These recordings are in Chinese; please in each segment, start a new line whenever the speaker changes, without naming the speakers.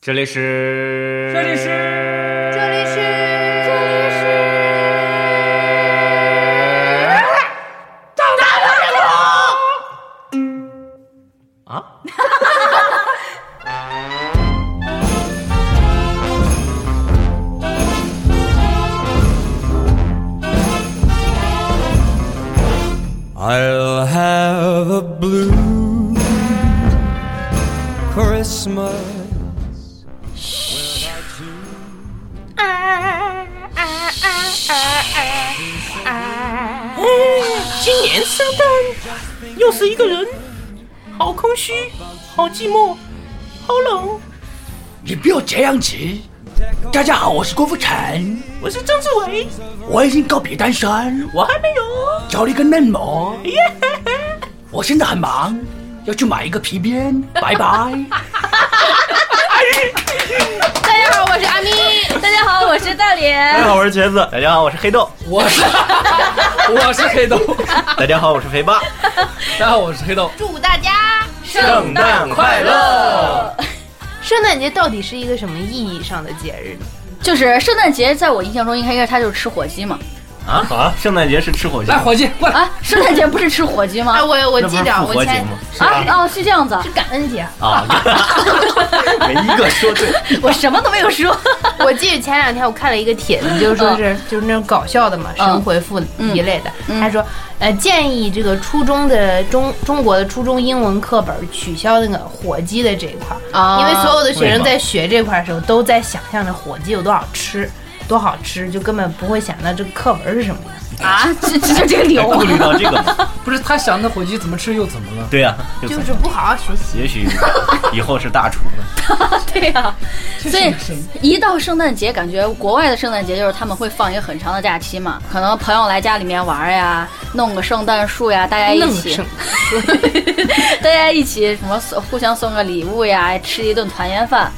这里是，
这里是，
这里是，这里是。
啊，
I'll have a blue Christmas.
哎今年圣诞又是一个人，好空虚，好寂寞，好冷。
你不要这样子。大家好，我是郭富城，
我是张志伟，
我已经告别单身，
我还没有。
交了一个嫩模。
耶嘿嘿
我现在很忙，要去买一个皮鞭，拜拜。
大家好，我是阿咪。大家好，我是大
大家
脸。
好，我是茄子，大家好，我是黑豆，
我是我是黑豆，
大家好，我是肥爸，
大家好，我是黑豆。
祝大家
圣诞快乐！
圣诞节到底是一个什么意义上的节日呢？
就是圣诞节，在我印象中，一开始他就是吃火鸡嘛。
啊啊！圣诞节是吃火鸡
来，伙计，过来，
啊，圣诞节不是吃火鸡吗
哎，？我我
那不
记
是
着，
复
我
活节
前
吗？
啊哦，啊是这样子啊，
是感恩节，
啊，没啊一个说对。
我什么都没有说。
我记得前两天我看了一个帖子，就是说是就是那种搞笑的嘛，神回复一类的。他说，呃，建议这个初中的中中国的初中英文课本取消那个火鸡的这一块儿，
啊
因为所有的学
为什么
生在学这块儿的时候都在想象着火鸡有多好吃，多好吃，就根本不会想到这个课文是什么样。
啊，这这就这个理由啊
顾虑到这个，
不是他想的火鸡怎么吃又怎么了？
对呀、就
就是不好好学习。
也许以后是大厨呢。
对呀、所以一到圣诞节，感觉国外的圣诞节就是他们会放一个很长的假期嘛，可能朋友来家里面玩呀，弄个圣诞树呀，大家一
弄
起
圣，
大家一起什么送互相送个礼物呀，吃一顿团圆饭。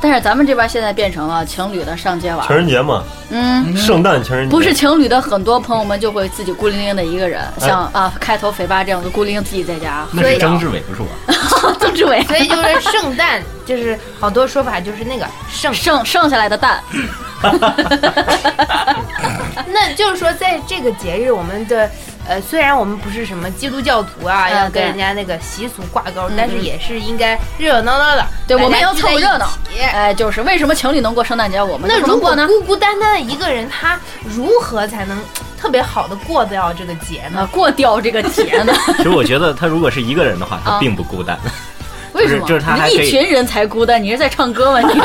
但是咱们这边现在变成了情侣的上街玩
情，人节嘛，
嗯，
圣诞情人节
不是情侣的很多朋友们就会自己孤零零的一个人，
哎
像啊开头肥八这样子孤零零自己在家，
那是张志伟，不是我。
曾志伟
所以就是圣诞，就是好多说法就是那个圣
剩剩下来 的蛋，
那就是说，在这个节日，我们的呃，虽然我们不是什么基督教徒啊，
嗯
要跟
对
人家那个习俗挂钩，但是也是应该热热闹闹的。
对，
大家
我们要
聚在
凑热闹
一起。
哎，就是为什么情侣能过圣诞节，我们就
那
不
如
能
果
过呢？
孤孤单单的一个人，他如何才能特别好的过掉这个节呢？
啊，过掉这个节呢？
其实我觉得他如果是一个人的话，他并不孤单。
为什么？
就是他还
你
可以
一群人才孤单，你是在唱歌吗？ 你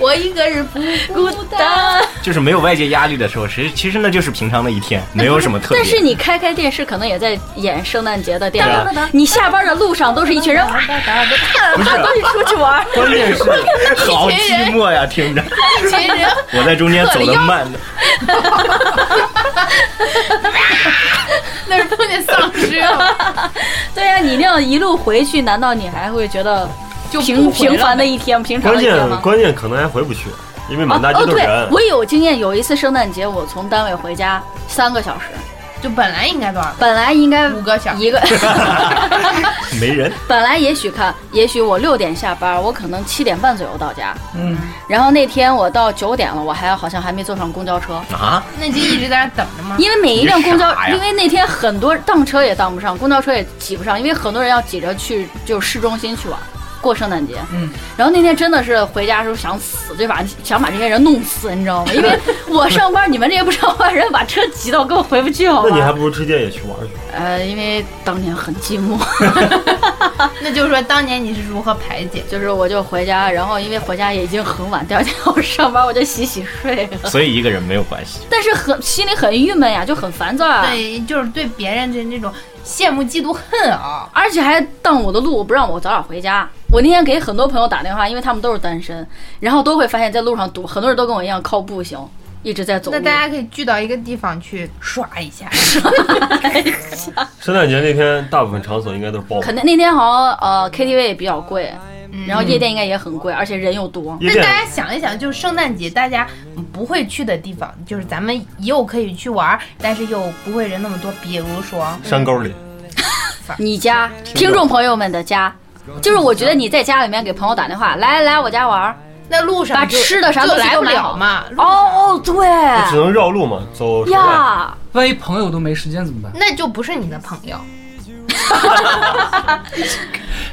我一个人不
孤单，
就是没有外界压力的时候，其实其实那就是平常的一天，没有什么特别。
嗯但是你开开电视，可能也在演圣诞节的电
对
影。你下班的路上都是一群人，哇，
不是啊
都得出去 玩。
关键是
好寂寞呀，听着。
一群人，
我在中间走得慢的，
那是碰见丧尸了，
对呀、你那样一路回去，难道你还会觉得
就
平
不回来
平
了
凡的一天，平常
关
的一天吗
键？关键可能还回不去，因为满大
哦
街
哦，
都是
对
人，。
我有经验，有一次圣诞节，我从单位回家三个小时，
就本来应该多少？
本来应该
五个小时
一个，
没人。
本来也许看，也许我六点下班，我可能七点半左右到家，嗯，然后那天我到九点了，我还好像还没坐上公交车，
啊，
那就一直在那等着吗？
因为每一辆公交
你是傻，呀
因为那天很多当车也当不上，公交车也挤不上，因为很多人要挤着去就市中心去玩。过圣诞节，
嗯，
然后那天真的是回家的时候想死，就把想把这些人弄死，你知道吗？因为我上班，你们这些不上班人把车挤到根本回不去，好
那你还
吧？
不如推荐也去玩去。
呃，因为当年很寂寞，
那就是说，当年你是如何排解？
就是我就回家，然后因为回家也已经很晚，第二天我上班我就洗洗睡了，
所以一个人没有关系。
但是很心里很郁闷呀，就很烦躁啊。
对，就是对别人的那种羡慕、嫉妒、恨啊、
而且还挡我的路，不让我早点回家。我那天给很多朋友打电话，因为他们都是单身，然后都会发现，在路上堵，很多人都跟我一样靠步行，一直在走路。
那大家可以聚到一个地方去耍一下，
圣诞节那天，大部分场所应该都是爆满
肯，定那天好像呃 KTV 也比较贵，
嗯
然后夜店应该也很贵，而且人又多。
夜
那大
店
家想一想，就是圣诞节大家不会去的地方，就是咱们又可以去玩，但是又不会人那么多。比如说，
山沟里，
你家听众朋友们的家就是我觉得你在家里面给朋友打电话，来来我家玩儿，
那路上
把
就
吃的啥
就
东西
来
都
不
买
了
好
嘛。
哦哦，
只
对
能绕路嘛，走手段。
呀，
万一朋友都没时间怎么 办？
那就不是你的朋友，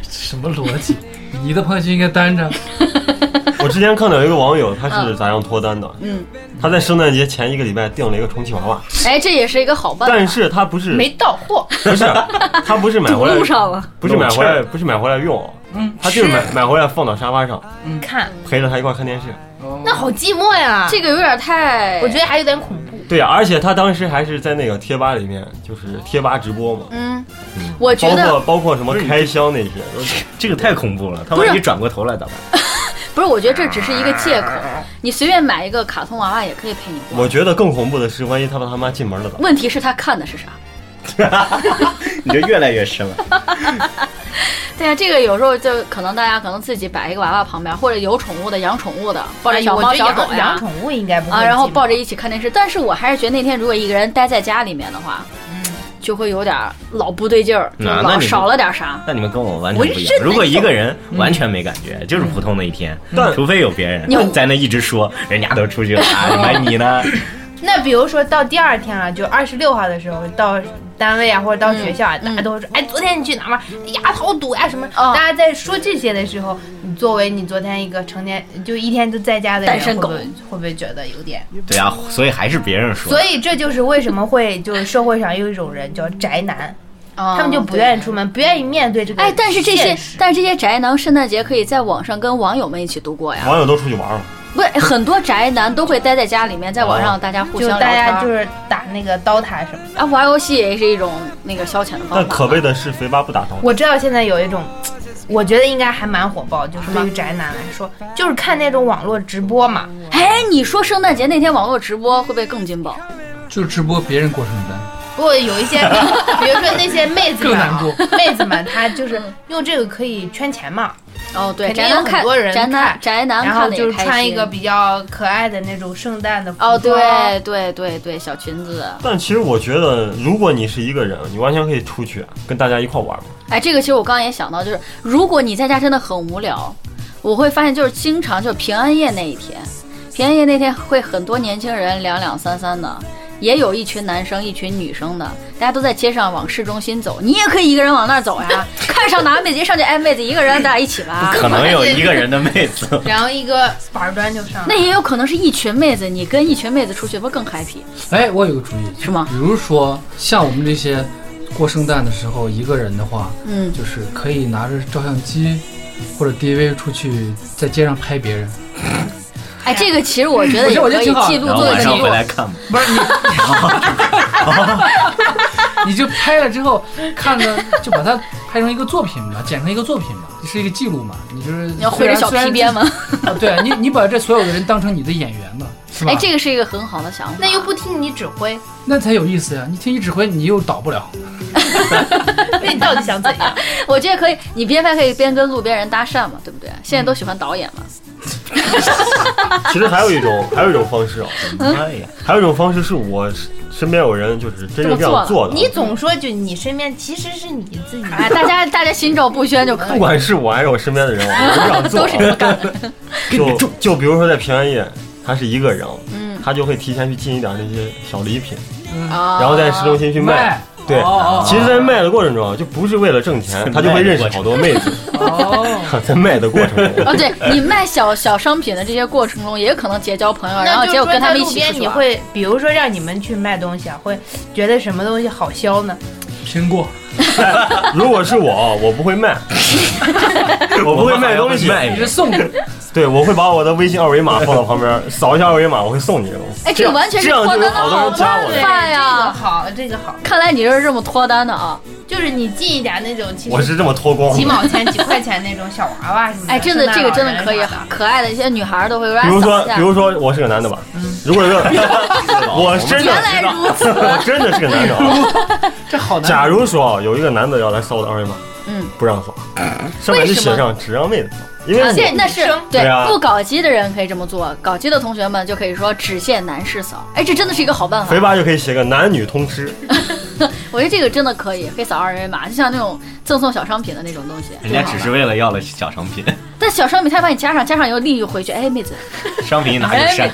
什么逻辑？你的朋友就应该单着，
我之前看到有一个网友，他是咋样脱单的？
嗯，
他在圣诞节前一个礼拜订了一个充气娃娃，
哎，这也是一个好办法。
但是他不是
没到货，
不是他不是买回 来
堵路上了，
不是买回来不是买回来用，
嗯，
他就是买买回来放到沙发上，
看
陪着他一块儿看电视。
那好寂寞呀。
这个有点太，
我觉得还有点恐怖。
对啊呀、而且他当时还是在那个贴吧里面，就是贴吧直播嘛，
嗯，我觉
包
得
括包括什么开箱那些，都是
这个太恐怖了，他
不是
万一转过头来 咋办？
不是，我觉得这只是一个借口。
哎
你随便买一个卡通娃娃也可以陪你
我觉得更恐怖的是，万一他爸他妈进门了咋办？
问题是他看的是啥？
你就越来越深了。
对啊，这个有时候就可能大家可能自己摆一个娃娃旁边，或者有宠物的养宠物的，抱着小猫
哎呦
小
我觉
狗
得养
呀
养，宠物应该不会
啊，然后抱
着
着一起看电视。但是我还是觉得那天如果一个人待在家里面的话，
嗯
就会有点儿老不对劲儿，就
啊那
老
你
少了点啥。
那你们跟我完全不一
我是
样。
真
如果一个人完全没感觉，就是普通的一天，
嗯但
除非有别人
有
在那一直说，人家都出去了，啊你 买你呢？
那比如说到第二天啊，就二十六号的时候到单位啊，或者到学
嗯
校啊，大家都说，哎，昨天你去哪玩？呀，好堵呀、什么？
啊
大家在说这些的时候，你作为你昨天一个成年就一天都在家的人，
单身狗
会不会会不会觉得有点？
对啊，所以还是别人说
所。以这就是为什么会就是社会上有一种人叫宅男，
他
他们就不愿意出门，不愿意面对这个
哦嗯哎，
现实。
但是这些，但是这些宅男圣诞节可以在网上跟网友们一起度过呀。
网友都出去玩了，
不是，很多宅男都会待在家里面，在网上大家互
哦就
相聊
大
天
家
儿，
就是打那个刀塔什么的。
啊，玩游戏也是一种那个消遣的方法。
但可悲的是，肥八不打头。
我知道现在有一种，我觉得应该还蛮火爆，就是对于宅男来说，就是看那种网络直播嘛。
哎，你说圣诞节那天网络直播会不会更劲爆？
就直播别人过圣诞，
不过有一 些，比如说那些妹子们啊
更难，
妹子们她就是
嗯
用这个可以圈钱嘛，
哦，对，
肯定
宅
有
男
很
看
多人
宅男
看
宅男
然
看
后
的
就
也
是
开
穿
心
一个比较可爱的那种圣诞的服
哦，
装
对对对对，小裙子，
但其实我觉得，如果你是一个人，你完全可以出去跟大家一块玩嘛。
哎，这个其实我刚刚也想到，就是如果你在家真的很无聊，我会发现就是经常就是平安夜那一天，平安夜那天会很多年轻人两两三三的，也有一群男生一群女生的，大家都在街上往市中心走，你也可以一个人往那儿走呀， 看上哪个妹子上去，哎妹子一个人，咱俩一起吧。
可能有一个人的妹 子
然后一个板砖就上了。
那也有可能是一群妹子，你跟一群妹子出去不是更 happy？
哎，我有个主意，
是吗
比如说像我们这些过圣诞的时候一个人的话，
嗯，
就是可以拿着照相机或者 DV 出去在街上拍别人，
哎，这个其实我觉得
我
也
觉得我觉
可
得
以
挺好
记录
然后
做一
晚
个
上
记
回
录。
来看嘛。
不是你， 你就拍了之后看着就把它拍成一个作品嘛，剪成一个作品嘛，是一个记录嘛，你就是
你要挥着小皮鞭吗？？
虽然虽然 啊，对啊，你你把这所有的人当成你的演员嘛，是吧？
哎，这个是一个很好的想法。
那又不听你指 挥，
那才有意思呀！你听你指挥，你又倒不了。
那你到底想怎样？
我觉得可以，你边拍可以边跟路边人搭讪嘛，对不对？现在都喜欢导演嘛。
其实还有一种，还有一种方式啊，
嗯
哎呀，
还有一种方式是我身边有人就是真正这样做的。
你总说就你身边其实是你自己，
哎，大家大家心照不宣就可
不
以。
管是我还是我身边的人，我都这样做。
都是这么 干的。
就就比如说在平安夜，他是一个人，
嗯
他就会提前去进一点那些小礼品，然
然
后在市中心去卖。对
哦哦，
其实，在卖的过程中啊，就不是为了挣钱，他就会认识好多妹子。
哦，
在卖的过程中，
哦，对你卖小小商品的这些过程中，也有可能结交朋友， 然后
那就
结
是说
果跟他
在
们一
路
起出
边
去
你
玩
会，比如说让你们去卖东西啊，会觉得什么东西好销呢？
苹果，
如果是我，我不会 卖， 我不会卖东西。
卖
你是送的，
对，我会把我的微信二维码放到旁 边，扫一下二维码，我会送你这个东西。
哎，这个完全是
这样
脱
就
单
有
的
好多
好
人加
办
我
这
法
个
呀！
好，这个好，
看来你就是这么脱单的啊！
就是你进一点那种其
我
实
是这么脱光
几
的。
毛钱、几块钱那种小娃娃什么的。
哎，真的，
圣
这
诞老
个真
人
的可以
啥，
可爱的一些女孩都会说，哎
比如说
扫一，下
比如说我是个男 的吧，如果 说我真的
嗯 原来如此，
我真的是个男的啊。
这好难。
假如说啊有一个男的要来扫我的二维码，
嗯，
不让扫，上面就写上只让妹子扫，因为
啊
我
那是对
对啊
不搞基的人可以这么做，搞基的同学们就可以说只限男士扫。哎，这真的是一个好办法
肥。八就可以写个男女通吃，
我觉得这个真的可以，可以扫二维码，就像那种赠送小商品的那种东西。
人家只是为了要了小商 品，
但小商品他把你加上，加上以后立即回去，哎，妹子，
商品哪有删？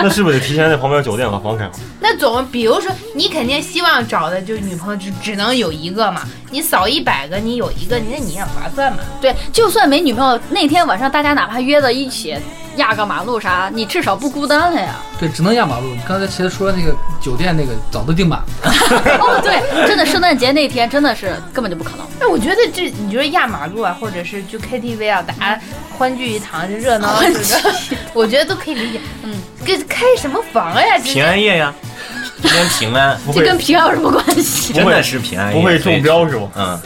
那是不是得提前在旁边酒店把房开好？
那总比如说，你肯定希望找的就是女朋友只只能有一个嘛，你扫一百个，你有一个，那你也划算嘛？
对，就算没女朋友，那天晚上大家哪怕约到一起压个马路啥，你至少不孤单了呀。
对，只能压马路。你刚才其实说那个酒店那个早都订满了，
哦，对，真的圣诞节那天真的是根本就不可能。
那我觉得这，你觉得压马路啊，或者是去 KTV 啊，大家欢聚一堂，这热 闹似的，我觉得都可以理解。嗯，给开什么房呀？这
平安夜呀，今天平安，
不
这
会
跟平安有什么关系
真的是平安夜，
不会中标是吧？
嗯，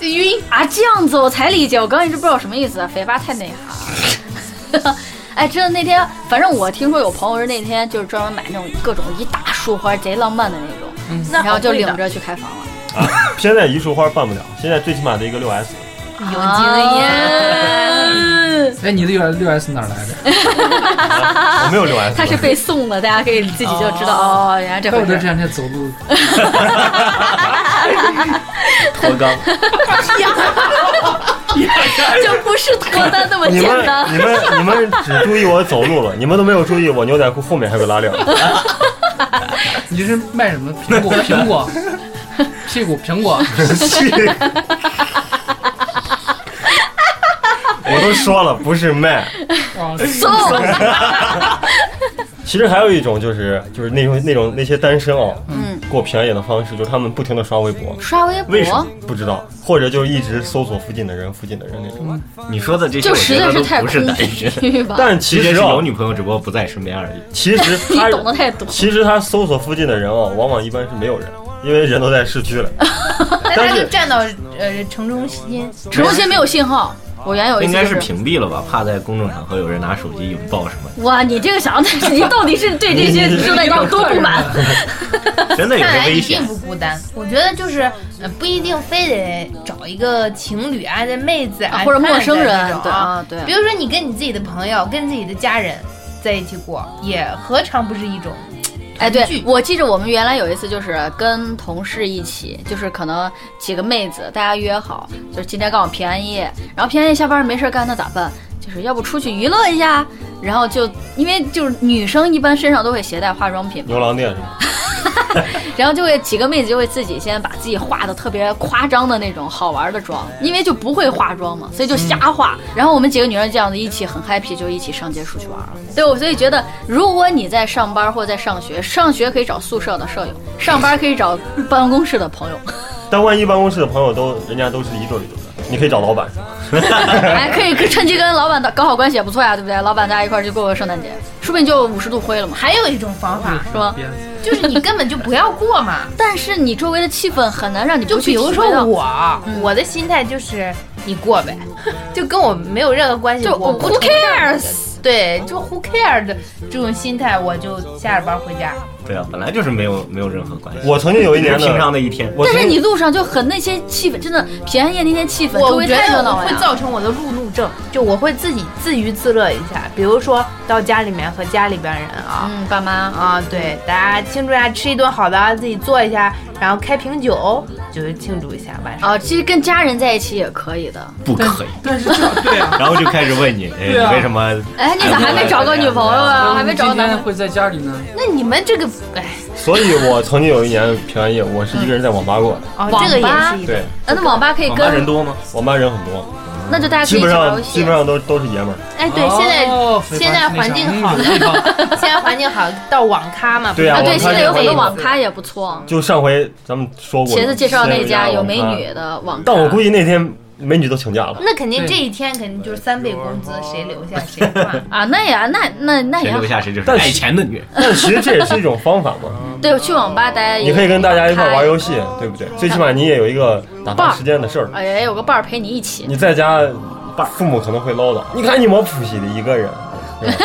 这晕
啊？这样子我才理解，我刚刚一直不知道什么意思，肥八太内行。 哎，真的那天，反正我听说有朋友是那天就是专门买那种各种一大束花贼浪漫的那种，
那
嗯
然后
好
就
贵
领
的，
着去开房了。
现在一束花办不了，现在最起码得一个六 S。
有经验。
啊
哎，你的六六 S 哪儿来的？
哎
我没有六 S，
他啊是被送的，大家可以自己就知道哦，原来这
怪
回
不得这
事。
两天走路
脱肛，
就不是脱单那么
你
简
们
单。
你们你们只注意我走路了，你们都没有注意我牛仔裤后面还有个拉链。
你这是卖什么苹果？苹果，屁股 苹果，
我都说了不是卖。
送
其实还有一种就是就是那种那种那些单身哦，嗯，过平安夜的方式就是他们不停的刷微博，
刷微
为什么
博，
不知道？或者就是一直搜索附近的人，附近的人那种。
嗯
你说的这些
就
我
实
觉
在
得
是
都
太
不
空
是单身，
虚吧？
但
其
其
实
实
是有
哦，
女朋友，只不过不在身边而已。
其实
你
他
懂得太多。
其实他搜索附近的人哦，往往一般是没有人，因为人都在市区 了。
但他
但
就是站到呃城中心，
直播间没有信号，我原有一
应
次
该
就是
屏蔽了吧，怕在公众场合有人拿手机引爆什么
哇，你这个想的，你到底是对这些说的有多 不满？
的，真的有
看
些
来
危
你
险
并。不孤单。我觉得就是呃，不一定非得找一个情侣啊，这妹子
啊
啊，
或者陌生人
看着这种啊，
对啊对
比如说你跟你自己的朋友，跟自己的家人在一起过，也何尝不是一种？
哎，对
剧，
我记着我们原来有一次就是跟同事一起，就是可能几个妹子，大家约好，就是今天刚好平安夜，然后平安夜下班没事儿干，那咋办？就是要不出去娱乐一下，然后就因为就是女生一般身上都会携带化妆品嘛，
牛郎店是吧？
然后就会几个妹子就会自己先把自己化的特别夸张的那种好玩的妆，因为就不会化妆嘛，所以就瞎化。然后我们几个女生这样子一起很 happy，就一起上街出去玩了。对，我所以觉得，如果你在上班或在上学，上学可以找宿舍的舍友，上班可以找办公室的 朋友，
但万一办公室的朋友都人家都是一对儿一对儿的，你可以找老板。
还哎可以趁机跟老板的搞好关系也不错啊呀，对不对？老板大家一块儿去过个圣诞节，说不定就五十度 灰了嘛，
还有一种方法，
是吧？
别
就是你根本就不要过嘛。
但是你周围的气氛很难让你不
就
去
比如
体会到
说我，我的心态就是你过呗， 就跟我没有任何关系，
就
我不崇
who
尚
cares
对，就 who care 的这种心态，我就下了班回家。
对啊，本来就是没有没有任何关系。
我曾经有一
只是
年
平常
呢，
的一天，
我
但
曾
是
经
你路上就很那些气氛，真的平安夜那天气氛，周
我
围
觉
太热
得
闹
我
了
会
呀。
造成我的路怒症，就我会自己自娱自乐一下，比如说到家里面和家里边人啊。
嗯，爸妈，
啊，对，大家庆祝一下，吃一顿好的啊，自己做一下，然后开瓶酒，就是庆祝一下晚上。
啊，其实跟家人在一起也可以的。
不可以。
但是这对啊，
然后就开始问 你，哎，你
啊
为什么？
哎，你咋还没找个女朋友啊？还没找个
今
男
天
朋友？
会在家里呢。
那你们这个，哎，
所以我曾经有一年平安夜，我是一个人在网吧过的。
哦，
网
这个也
吧
是一种。
对，
呃那网吧可以
网吧人
跟，
多吗？
网吧人很多，
那就大家可以
基
一起
本
玩游
上基
戏
本。上都都是爷们儿。
哎，对，现在、
哦
现在环境好，了，
非常那啥嗯有地方
现在环境好到网咖嘛，
对
啊，
啊网
对，
咖
现在
也
有很
可
多
以
网咖也不错。
就上回咱们说过，
茄子介绍那家有美
网咖
女的网咖，
但我估计那天美女都请假 了。
那肯定这一天肯定就是三倍工资，谁留下谁 换。
啊，那也那那那
谁
也好
留下谁就是
但是
爱钱的女。
但其实这也是一种方法 嘛，
对，去网吧待，
你可以跟大家一块玩游戏，对不对？最起码你也有一个打发时间的事儿。
哎，有个伴儿陪你一起。
你在家，父母可能会唠叨，你看你磨普西的一个人，对吧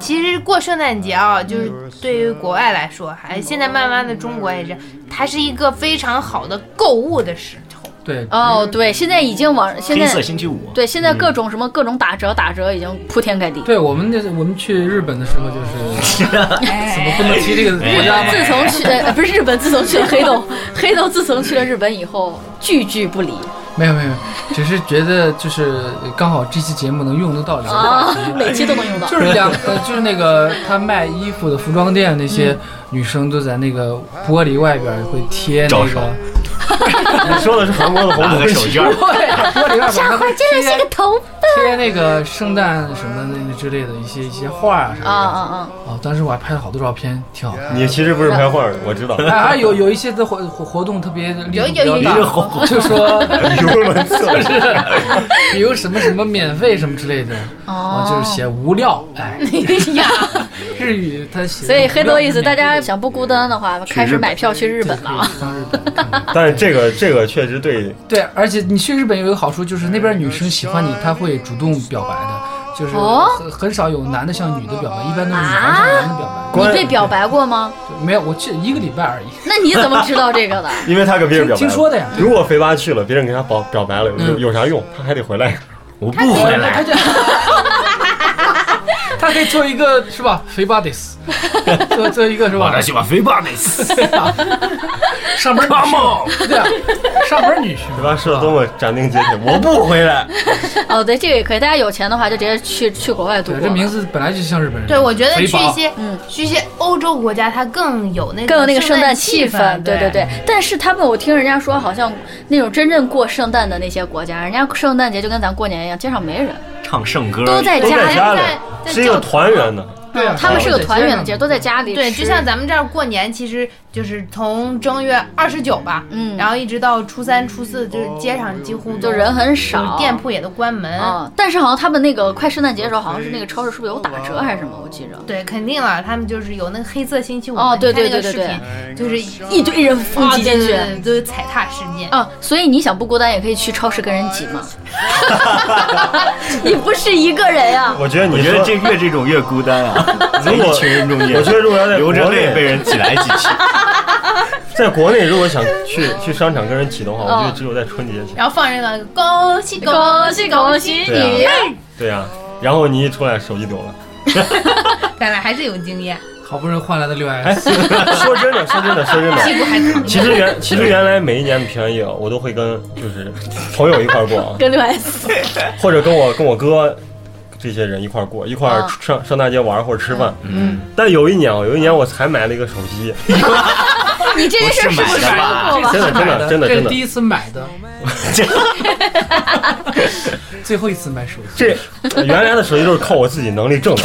其实过圣诞节啊，就是对于国外来说，还现在慢慢的中国也是，它是一个非常好的购物的时候。
对，
哦，对，现在已经往现
黑
在
色星期五，
对现在各种什么各种打折打折已经铺天盖地。
对我们那我们去日本的时候就是，怎么不能提这个国家吗？
哎
自从去呃不是日本，自从去了黑豆，黑豆自从去了日本以后，句句不离
没有没有，没有只是觉得就是刚好这期节目能用得到这个话
啊
哦
题，，
每期都能用到。
就是两呃，就是那个他卖衣服的服装店那
嗯
些女生都在那个玻璃外边会贴那
招
个
手，
你说的是韩国的红
打
土
个手绢儿，
对，玻璃外边
大
他
伙儿
会
真的是个
贴
头
贴那个圣诞什么的那之类的一些一些画啊啥
啊啊
的。
啊！
哦，当时我还拍了好多照片，挺好看。
你其实不是拍画儿，我知 道。
哎，还有有一些的活活活动特别力
有
度比
有
较
有
大
有
就说
语无伦次，
比如什么什么免费什么之类的，
哦
啊，就是写无料， 哎，
呀，
日语他写无料，
所以黑豆意思，大家
免费
想不孤单的话，开始买票去日本
的
了
可
啊。
以上日本看看。
但这个这个确实对，
对，而且你去日本有一个好处，就是那边女生喜欢你，她会主动表白的，就是
哦
很很少有男的向女的表白，一般都是女孩向男的表白。
你被表白过吗？
就没有，我去一个礼拜而已。
那你怎么知道这个的？
因为他跟别人
听
表白
听
了
说的呀嗯
如果肥八去了，别人给他表表白了，有有啥用？他还得回来。
我不 回
他
来。
就他可以做一个是吧，肥 bodies，做 做一个是
我
吧
的，喜欢肥爸那次，
上门女
，come
婿，对啊，上门女婿
肥八
啊
说的多么斩钉截铁，我不回来。
哦，对，这个也可以。大家有钱的话，就直接去去国外度
对，这
过吧。
名字本来就像日本人。
对，我觉得
肥
去
八
一些
嗯
去一些欧洲国家，它更有那
更有那个圣
圣
诞
气
气氛，对
对
对对。但是他们，我听人家说，好像那种真正过圣诞的那些国家，人家圣诞节就跟咱过年一样，街上没
啊
人，
唱圣歌，
都在
都在
家
家
里。
里
在，在
是一个团圆的。
对啊
他们是有团圆的
街
节，
上
都在家里吃。
对，就像咱们这儿过年，其实就是从正月二十九吧，
嗯
然后一直到初三、初四，就是街上几乎
就
都
人很
就是嗯
少，
店铺也都关门。
啊。但是好像他们那个快圣诞节的时候，好像是那个超市是不是有打折还是什么？我记着
对，肯定了，他们就是有那个黑色星期五
哦
嘛
对
你看
对
那个
对
视
对
频，就是
一堆人拥挤进去。
啊对对对就是踩踏事件。
啊，所以你想不孤单，也可以去超市跟人挤 嘛。你不是一个人啊呀、
我觉得
我
你
觉得
说
这越这种越孤单啊，在
如
一
果
群人中间，
我觉得如果要在
流着
国
泪
内
被人挤来挤去，
在国内，如果想去去商场跟人挤的话，我觉
哦
嗯
得只有在春节前。
然后放这个恭喜恭
恭
喜
喜
恭
恭
喜，
喜你
对！啊对呀，然后你一出来手机丢了。
看来还是有经验，
好不容易换来的六 S，
哎，说真的，说真的，说真
嗯
屁
的。
股还 疼。
其实原其实原来每一年的平安夜，我都会跟就是朋友一块儿过啊，
跟六 S
或者跟我跟我哥这些人一块儿过，一块儿
嗯
上上大街玩儿或者吃饭。嗯。但有一年啊，有一年我才买了一个手机，
你这件事
不是
是不
买
是
的吧？
真的真的真的
这
真
是
的
第。一次买 的，最后一次买手机。
这原来的手机都是靠我自己能力挣的，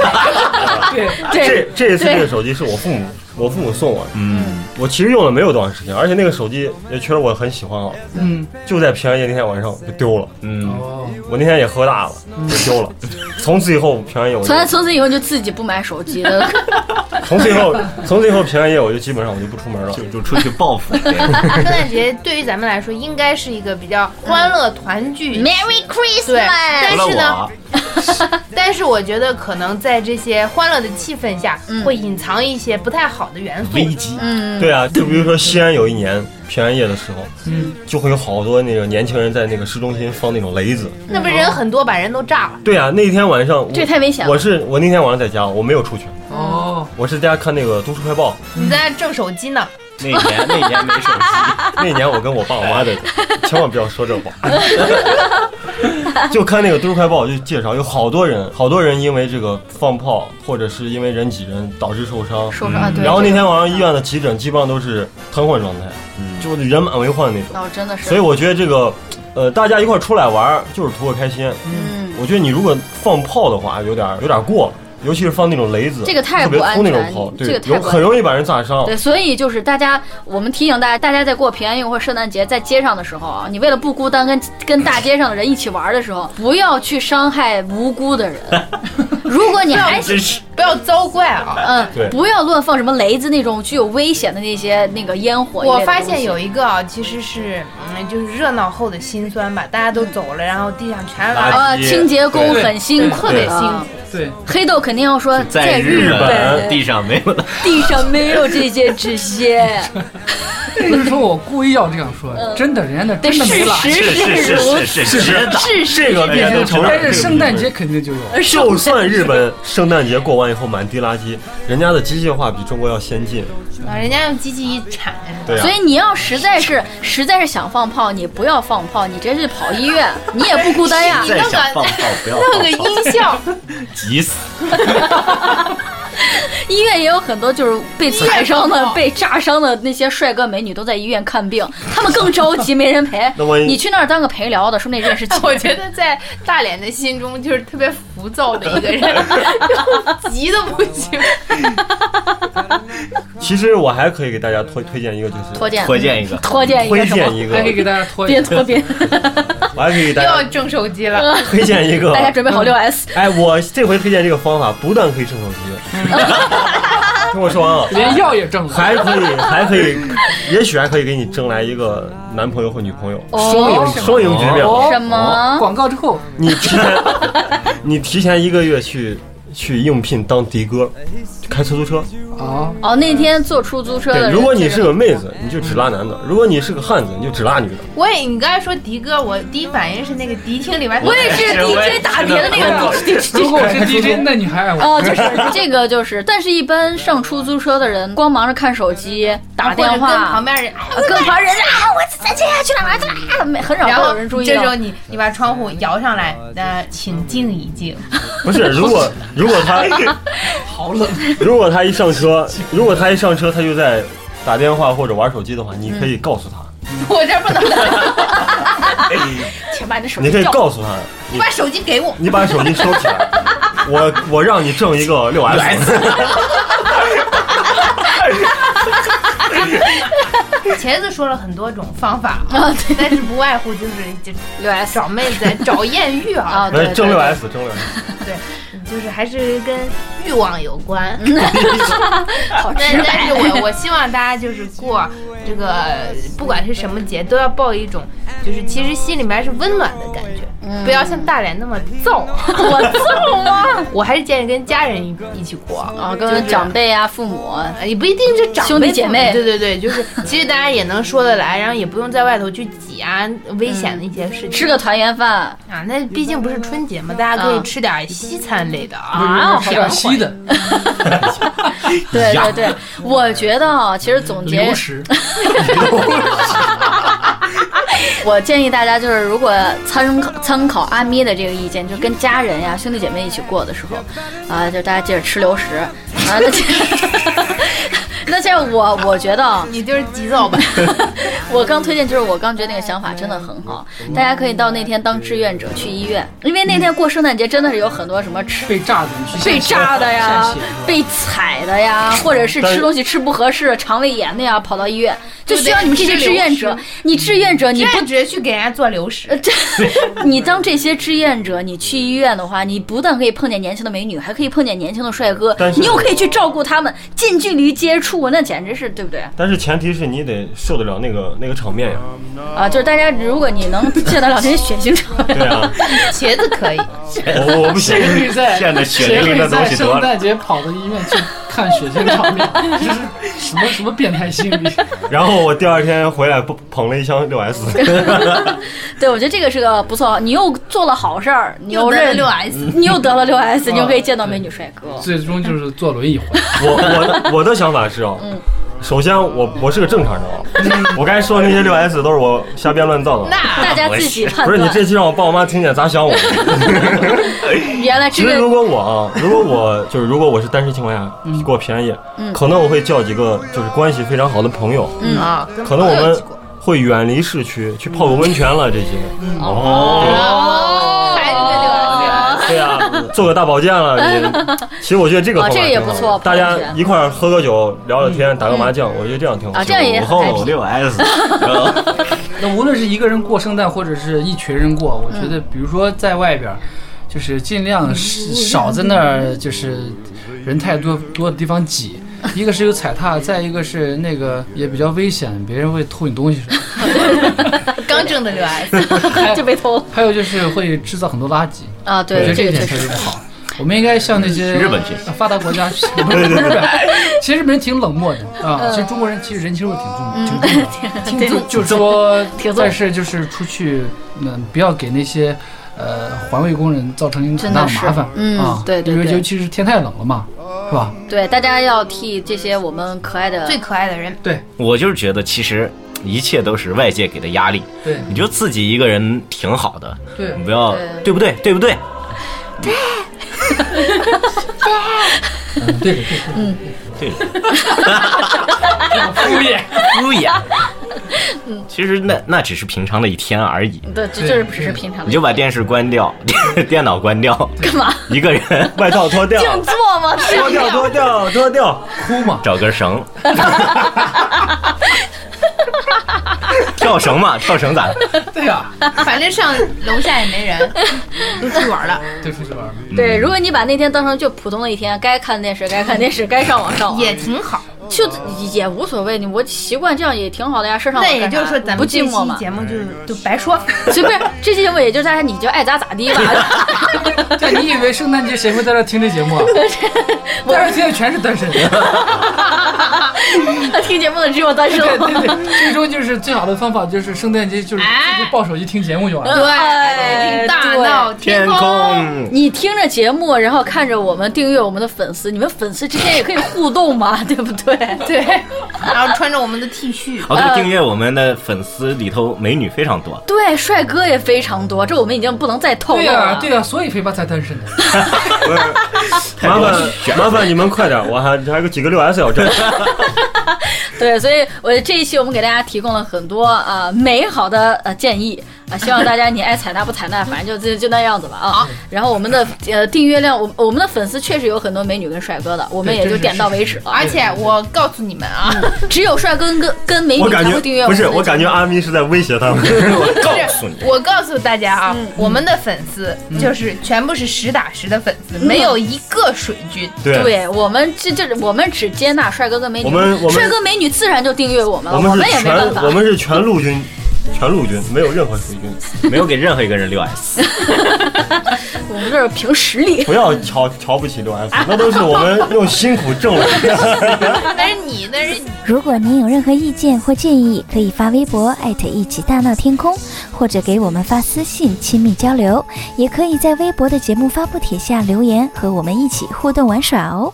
对，
这
对
这一次
对
这个手机是我父母我父母送我的，
嗯，
我其实用了没有多长时间，而且那个手机也确实我很喜欢啊，
嗯，
就在平安夜那天晚上就丢了，
嗯，
哦，
我那天也喝大了就丢了，从此以后平安夜我
嗯
就
从从此以后就自己不买手机了。
从此以后从此以后平安夜我就基本上我就不出门了
就，就出去报复。对
圣诞节对于咱们来说，应该是一个比较欢乐团聚。
Merry
对，
Christmas！
但
除了
是呢
我，，
但是我觉得可能在这些欢乐的气氛下，
嗯
会隐藏一些不太好的元素。
危机，
嗯，
对啊，就比如说西安有一年平安夜的时候，
嗯，
就会有好多那个年轻人在那个市中心放那种雷子，
那不是人很多，把人都炸了。
对啊，那天晚上我
这太危险了
我是我那天晚上在家，我没有出去，
哦，
我是在家看那个《都市快 报》。
你在那挣手机呢？
那年那年没手机，
那年我跟我爸我妈 在家，千万不要说这话。 就看那个《都市快报》，就介绍有好多人，好多人因为这个放炮，或者是因为人挤人导致受伤。
受伤啊，对。
嗯然后那天晚上医院的急诊基本上都是瘫痪状态，就是人满为患那种。
哦，真的 是，
所以我觉得这个，呃，大家一块儿出来玩儿就是图个开心。
嗯，
我觉得你如果放炮的话，有点儿有点儿过了，尤其是放那种雷子，
这个太
特别
不安
粗那种
全
炮，
这
对
个，太
有
不安
很容易把人炸伤。
对，所以就是大家，我们提醒大家，大家在过平安夜或圣诞节在街上的时候啊，你为了不孤单，跟跟大街上的人一起玩的时候，不要去伤害无辜的人。 如果你还
真是
不要遭怪啊！
嗯
对，
不要乱放什么雷子那种具有危险的那些那个烟火一
我
类的东西。
发现有一个啊，其实是嗯，就是热闹后的辛酸吧。大家都走了，然后地上全是垃圾，
呃清洁工
对
很辛苦，
特别辛
啊
苦。
对，
黑豆肯定要 说
在
日
本地上没有的，
地上没有这些纸屑，
不是说我故意要这样说，真的，人家那
嗯得
真的没
事
了。
实
是是
是如
是
此。
是是知道，
事实
哎这个必须承认。
但是圣诞节肯定就有，
就算日本圣诞节过完以后满地垃圾，人家的机械化比中国要先进。
啊，人家用机器一铲，
对啊
所，以你要实在是实在是想放炮，你不要放炮，你真是跑医院， 你也不孤单呀。
再想放炮不要
弄
放
个
炮，
音效，
急死！
医院也有很多就是被踩伤的、被炸伤的那些帅哥美女都在医院看病，他们更着急，没人陪
那万。一
你去那儿当个陪聊的，说不定认识几个
我觉得在大脸的心中就是特别浮躁的一个人， 就急的不行。
其实我还可以给大家推推荐一个，就是
拖建
推荐一个，
拖建一
推
个什
荐
么？
一个
还可，以给大家拖一
别
下。
拖别，
我还可以给
又
大
要
家
挣手机 了，
推荐一个
大。家准备好六 S，
哎，我这回推荐这个方法，不但可以挣手机，听我说完啊，
连药也挣了，
还可以，还可以，也许还可以给你争来一个男朋友或女朋友，
哦
双赢
双赢局面。
哦
什么？
广告之后，
你提前，你提前一个月去去应聘当的哥，开出租车。啊
哦，
哦，那天坐出租车的
对，
人，
如果你是个妹子，你就只拉男的；如果你是个汉子，你就只拉女的。
喂，你刚才说迪哥，我第一反应是那个迪厅里面，
我 也是 DJ 打碟的那个 DJ，
如果我是 DJ，那你还爱我？
哦，就是这个就是，但是一般上出租车的人光忙着看手机、打
嗯啊或者
电
跟
话
旁，边人，哎
跟旁人啊，我咱今天去哪玩去了？啊没很少
然
会
后
有人注意
这
到
时候。你你把窗户摇上来，那请静一静。
不是，如果如果他
好冷，
如果他一上车，如果他一上车，他就在打电话或者玩手机的话，你可以告诉他，
我这儿 不能打，
请把你的手
你
机
可以
掉。
告诉他，
你把手机给我。
你把手机收 起来，我我让你挣一个六
啊
S。
茄子说了很多种方法啊，但是不外乎就是就
六 S
找妹子、找艳遇啊
啊，，
不
对
是
对
哎挣六
对
S，挣六 S。
就是还是跟欲望有关。
好
但
直
但
白
是。我我希望大家就是过这个，不管是什么节，都要抱一种就是其实心里面是温暖的感觉，
嗯
不要像大连那么 燥啊。我燥吗？我还是建议跟家人一一起过
啊，
就是
跟长辈啊、父母，
呃也不一定是长辈
兄弟姐妹
对对对，就是其实大家也能说得来，然后也不用在外头去挤啊危险的一些事情。
吃个团圆饭，
啊，那毕竟不是春节嘛，大家可以
啊嗯
吃点西餐类的啊
啊，，吃点稀的，
对对对，我觉得啊，其实总结
流， 食，
我建议大家就是，如果参考参考阿咪的这个意见，就跟家人呀、兄弟姐妹一起过的时候，啊，就大家记着吃流食啊。那这 那现在我我觉得啊，
你就是急躁吧。
我刚推荐就是我刚觉得那个想法真的很好，大家可以到那天当志愿者去医院，因为那天过圣诞节真的是有很多什么吃。
被炸的，你去
被
献血
炸的呀
嗯献血是吧，
被踩的呀，或者是吃东西吃不合适、肠胃炎的呀，跑到医院就需要你们这些志愿者。你志愿者，你
不
不
直接去给人家做流食，
你当这些志愿者，你去医院的话，你不但可以碰见年轻的美女，还可以碰见年轻的帅哥
但，是
你又可以去照顾他们，近距离接触，那简直是对不对？
但是前提是你得受得了那个那个场面呀。
啊，就是大家，如果你能见得了这些血腥场面
对，啊，
呃茄子可以。
我我不行。
谁会 在
现在血淋淋的东西
谁会在
多了
圣诞节跑到医院去看血腥场面， 这是什么什么变态心理？
然后我第二天回来捧捧了一箱六 S，
对，我觉得这个是个不错，你又做了好事儿，你又
又得了
认
6S
你又得了六 S，你又可以见到
对
美女帅 哥。
最终就是坐轮椅回来。
我我我的想法是啊，
嗯
首先我我是个正常人啊，我刚才说的那些六 S 都是我瞎编乱造的。
大家自己判
不是
断
你。这期让我爸我妈听见咋想我？
原来
其
这
实如
个
果我啊，如果我就是如果我是单身情况
嗯
下过平安夜，可能我会叫几个就是关系非常好的朋友，
嗯
啊，
可能我们会远离市区去泡个温泉了这些。
哦，
哦，
还是跟六
对啊，做个大保 健了这些。其实我觉得这个
哦
方法
这个也
挺好
不错
大家
泡温泉嗯
一块儿喝个酒，聊聊天，打个麻将，我觉得这样挺好。
啊这样也
我
很
和
嗨
我
六 S，然后
那无论是一个人过圣诞，或者是一群人过，我觉得，比如说在外边儿，就是尽量是少在那儿，就是人太多多的地方挤。一个是有踩踏，再一个是那个也比较危险，别人会偷你东西什么的。
S，刚正的六啊 S，
就被偷了
还有就是会制造很多垃圾，
啊！
我觉
对，
得这
这
一
个
点确
确
实
实
不。好。我们应该向那些
嗯日本学习
呃发达国 家，不是日本， 其实日本人挺冷漠的啊。其实中国人其实人情味挺重，挺重的。
嗯 挺
就就是说
挺，重
但是就是出去，嗯，不要给那些呃环卫工人造成很大的麻
真的
烦
是，嗯
啊，
对对
因为
对
尤其是天太冷了嘛，是吧？
对，大家要替这些我们可爱的
最可爱的人，
对
我就是觉得其实一切都是外界给的压力，
对
你就自己一个人挺好的，
对
你不要
对
对不对？对不 对？
嗯对对对，
对，
敷衍，
敷衍。其实那那只是平常的一天而已，
对，这就是只是平常的
你就把电视关掉， 电脑关掉，
干嘛？
一个人
外套脱掉，
静坐吗？
脱掉，脱掉，脱掉，
哭嘛，
找根绳， 跳绳嘛，跳绳咋了？
对
啊
呀，
反正上楼下也没 人，就出去玩了，
对出去玩儿，
嗯
对，如果你把那天当成就普通的一天，该看电视该看电视，该上网上网，
也挺好。
就也无所谓，你我习惯这样也挺好的呀。身上
那
网
也
干
就是
啥
说，咱
不
们这
寂寞
期
嘛，
节目就就白说，
随便这期节目也就大家你就爱咋咋地吧。
对，你以为圣诞节谁会在这儿听这节目 啊？在这儿听的全是单身人，
听节目的只有单身
对
吗？
对对，最终就是最好的方法就是圣诞节就是
哎
抱手机听节目就
嗯
完了。
哎
对， 大闹天
天
宫。
空，
你听着节目，然后看着我们订阅我们的粉丝，你们粉丝之间也可以互动嘛，对不对？对，
然后穿着我们的 T 恤，
哦对，订阅我们的粉丝里头美女非 常多，
对，帅哥也非常多，这我们已经不能再透露
对呀
啊
了。，
对呀，所以肥爸才单身呢。
太
麻
多
烦
了。
麻烦你们快点，我还还有个几个六 S 要 占。
对所以我这一期我们给大家提供了很多啊、呃美好的呃建议啊、希望大家你爱采纳不采纳，反正就就就那样子 吧啊。然后我们的呃订阅量，我我们的粉丝确实有很多美女跟帅哥的，我们
对
也
真
就是点到
是
为止了。啊
哎
而且我告诉你们啊，
只有帅哥跟跟美
我
女
感
才会订阅
觉
我
不
们的
是，
节目
我感觉阿咪是在威胁 他们。
告诉你，
我告诉大家啊，我们的粉丝就是全部是实打实的粉丝，没有一个水军。
对，
对我们这这我们只接纳帅哥跟美女，
我们我们
帅哥美女自然就订阅哦我们了，
我
我
们是
也没办法
全，我。们是全陆军，全陆军，没有任何水军。
没有给任何一个人六 S，
我们这是凭实力。
不要瞧瞧不起六 S，那都是我们用辛苦挣来的。
但是你那是
如果您有任何意见或建议，可以发微博艾特一起大闹天空，或者给我们发私信亲密交流，也可以在微博的节目发布帖下留言，和我们一起互动玩耍哦。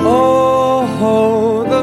Oh, ho, the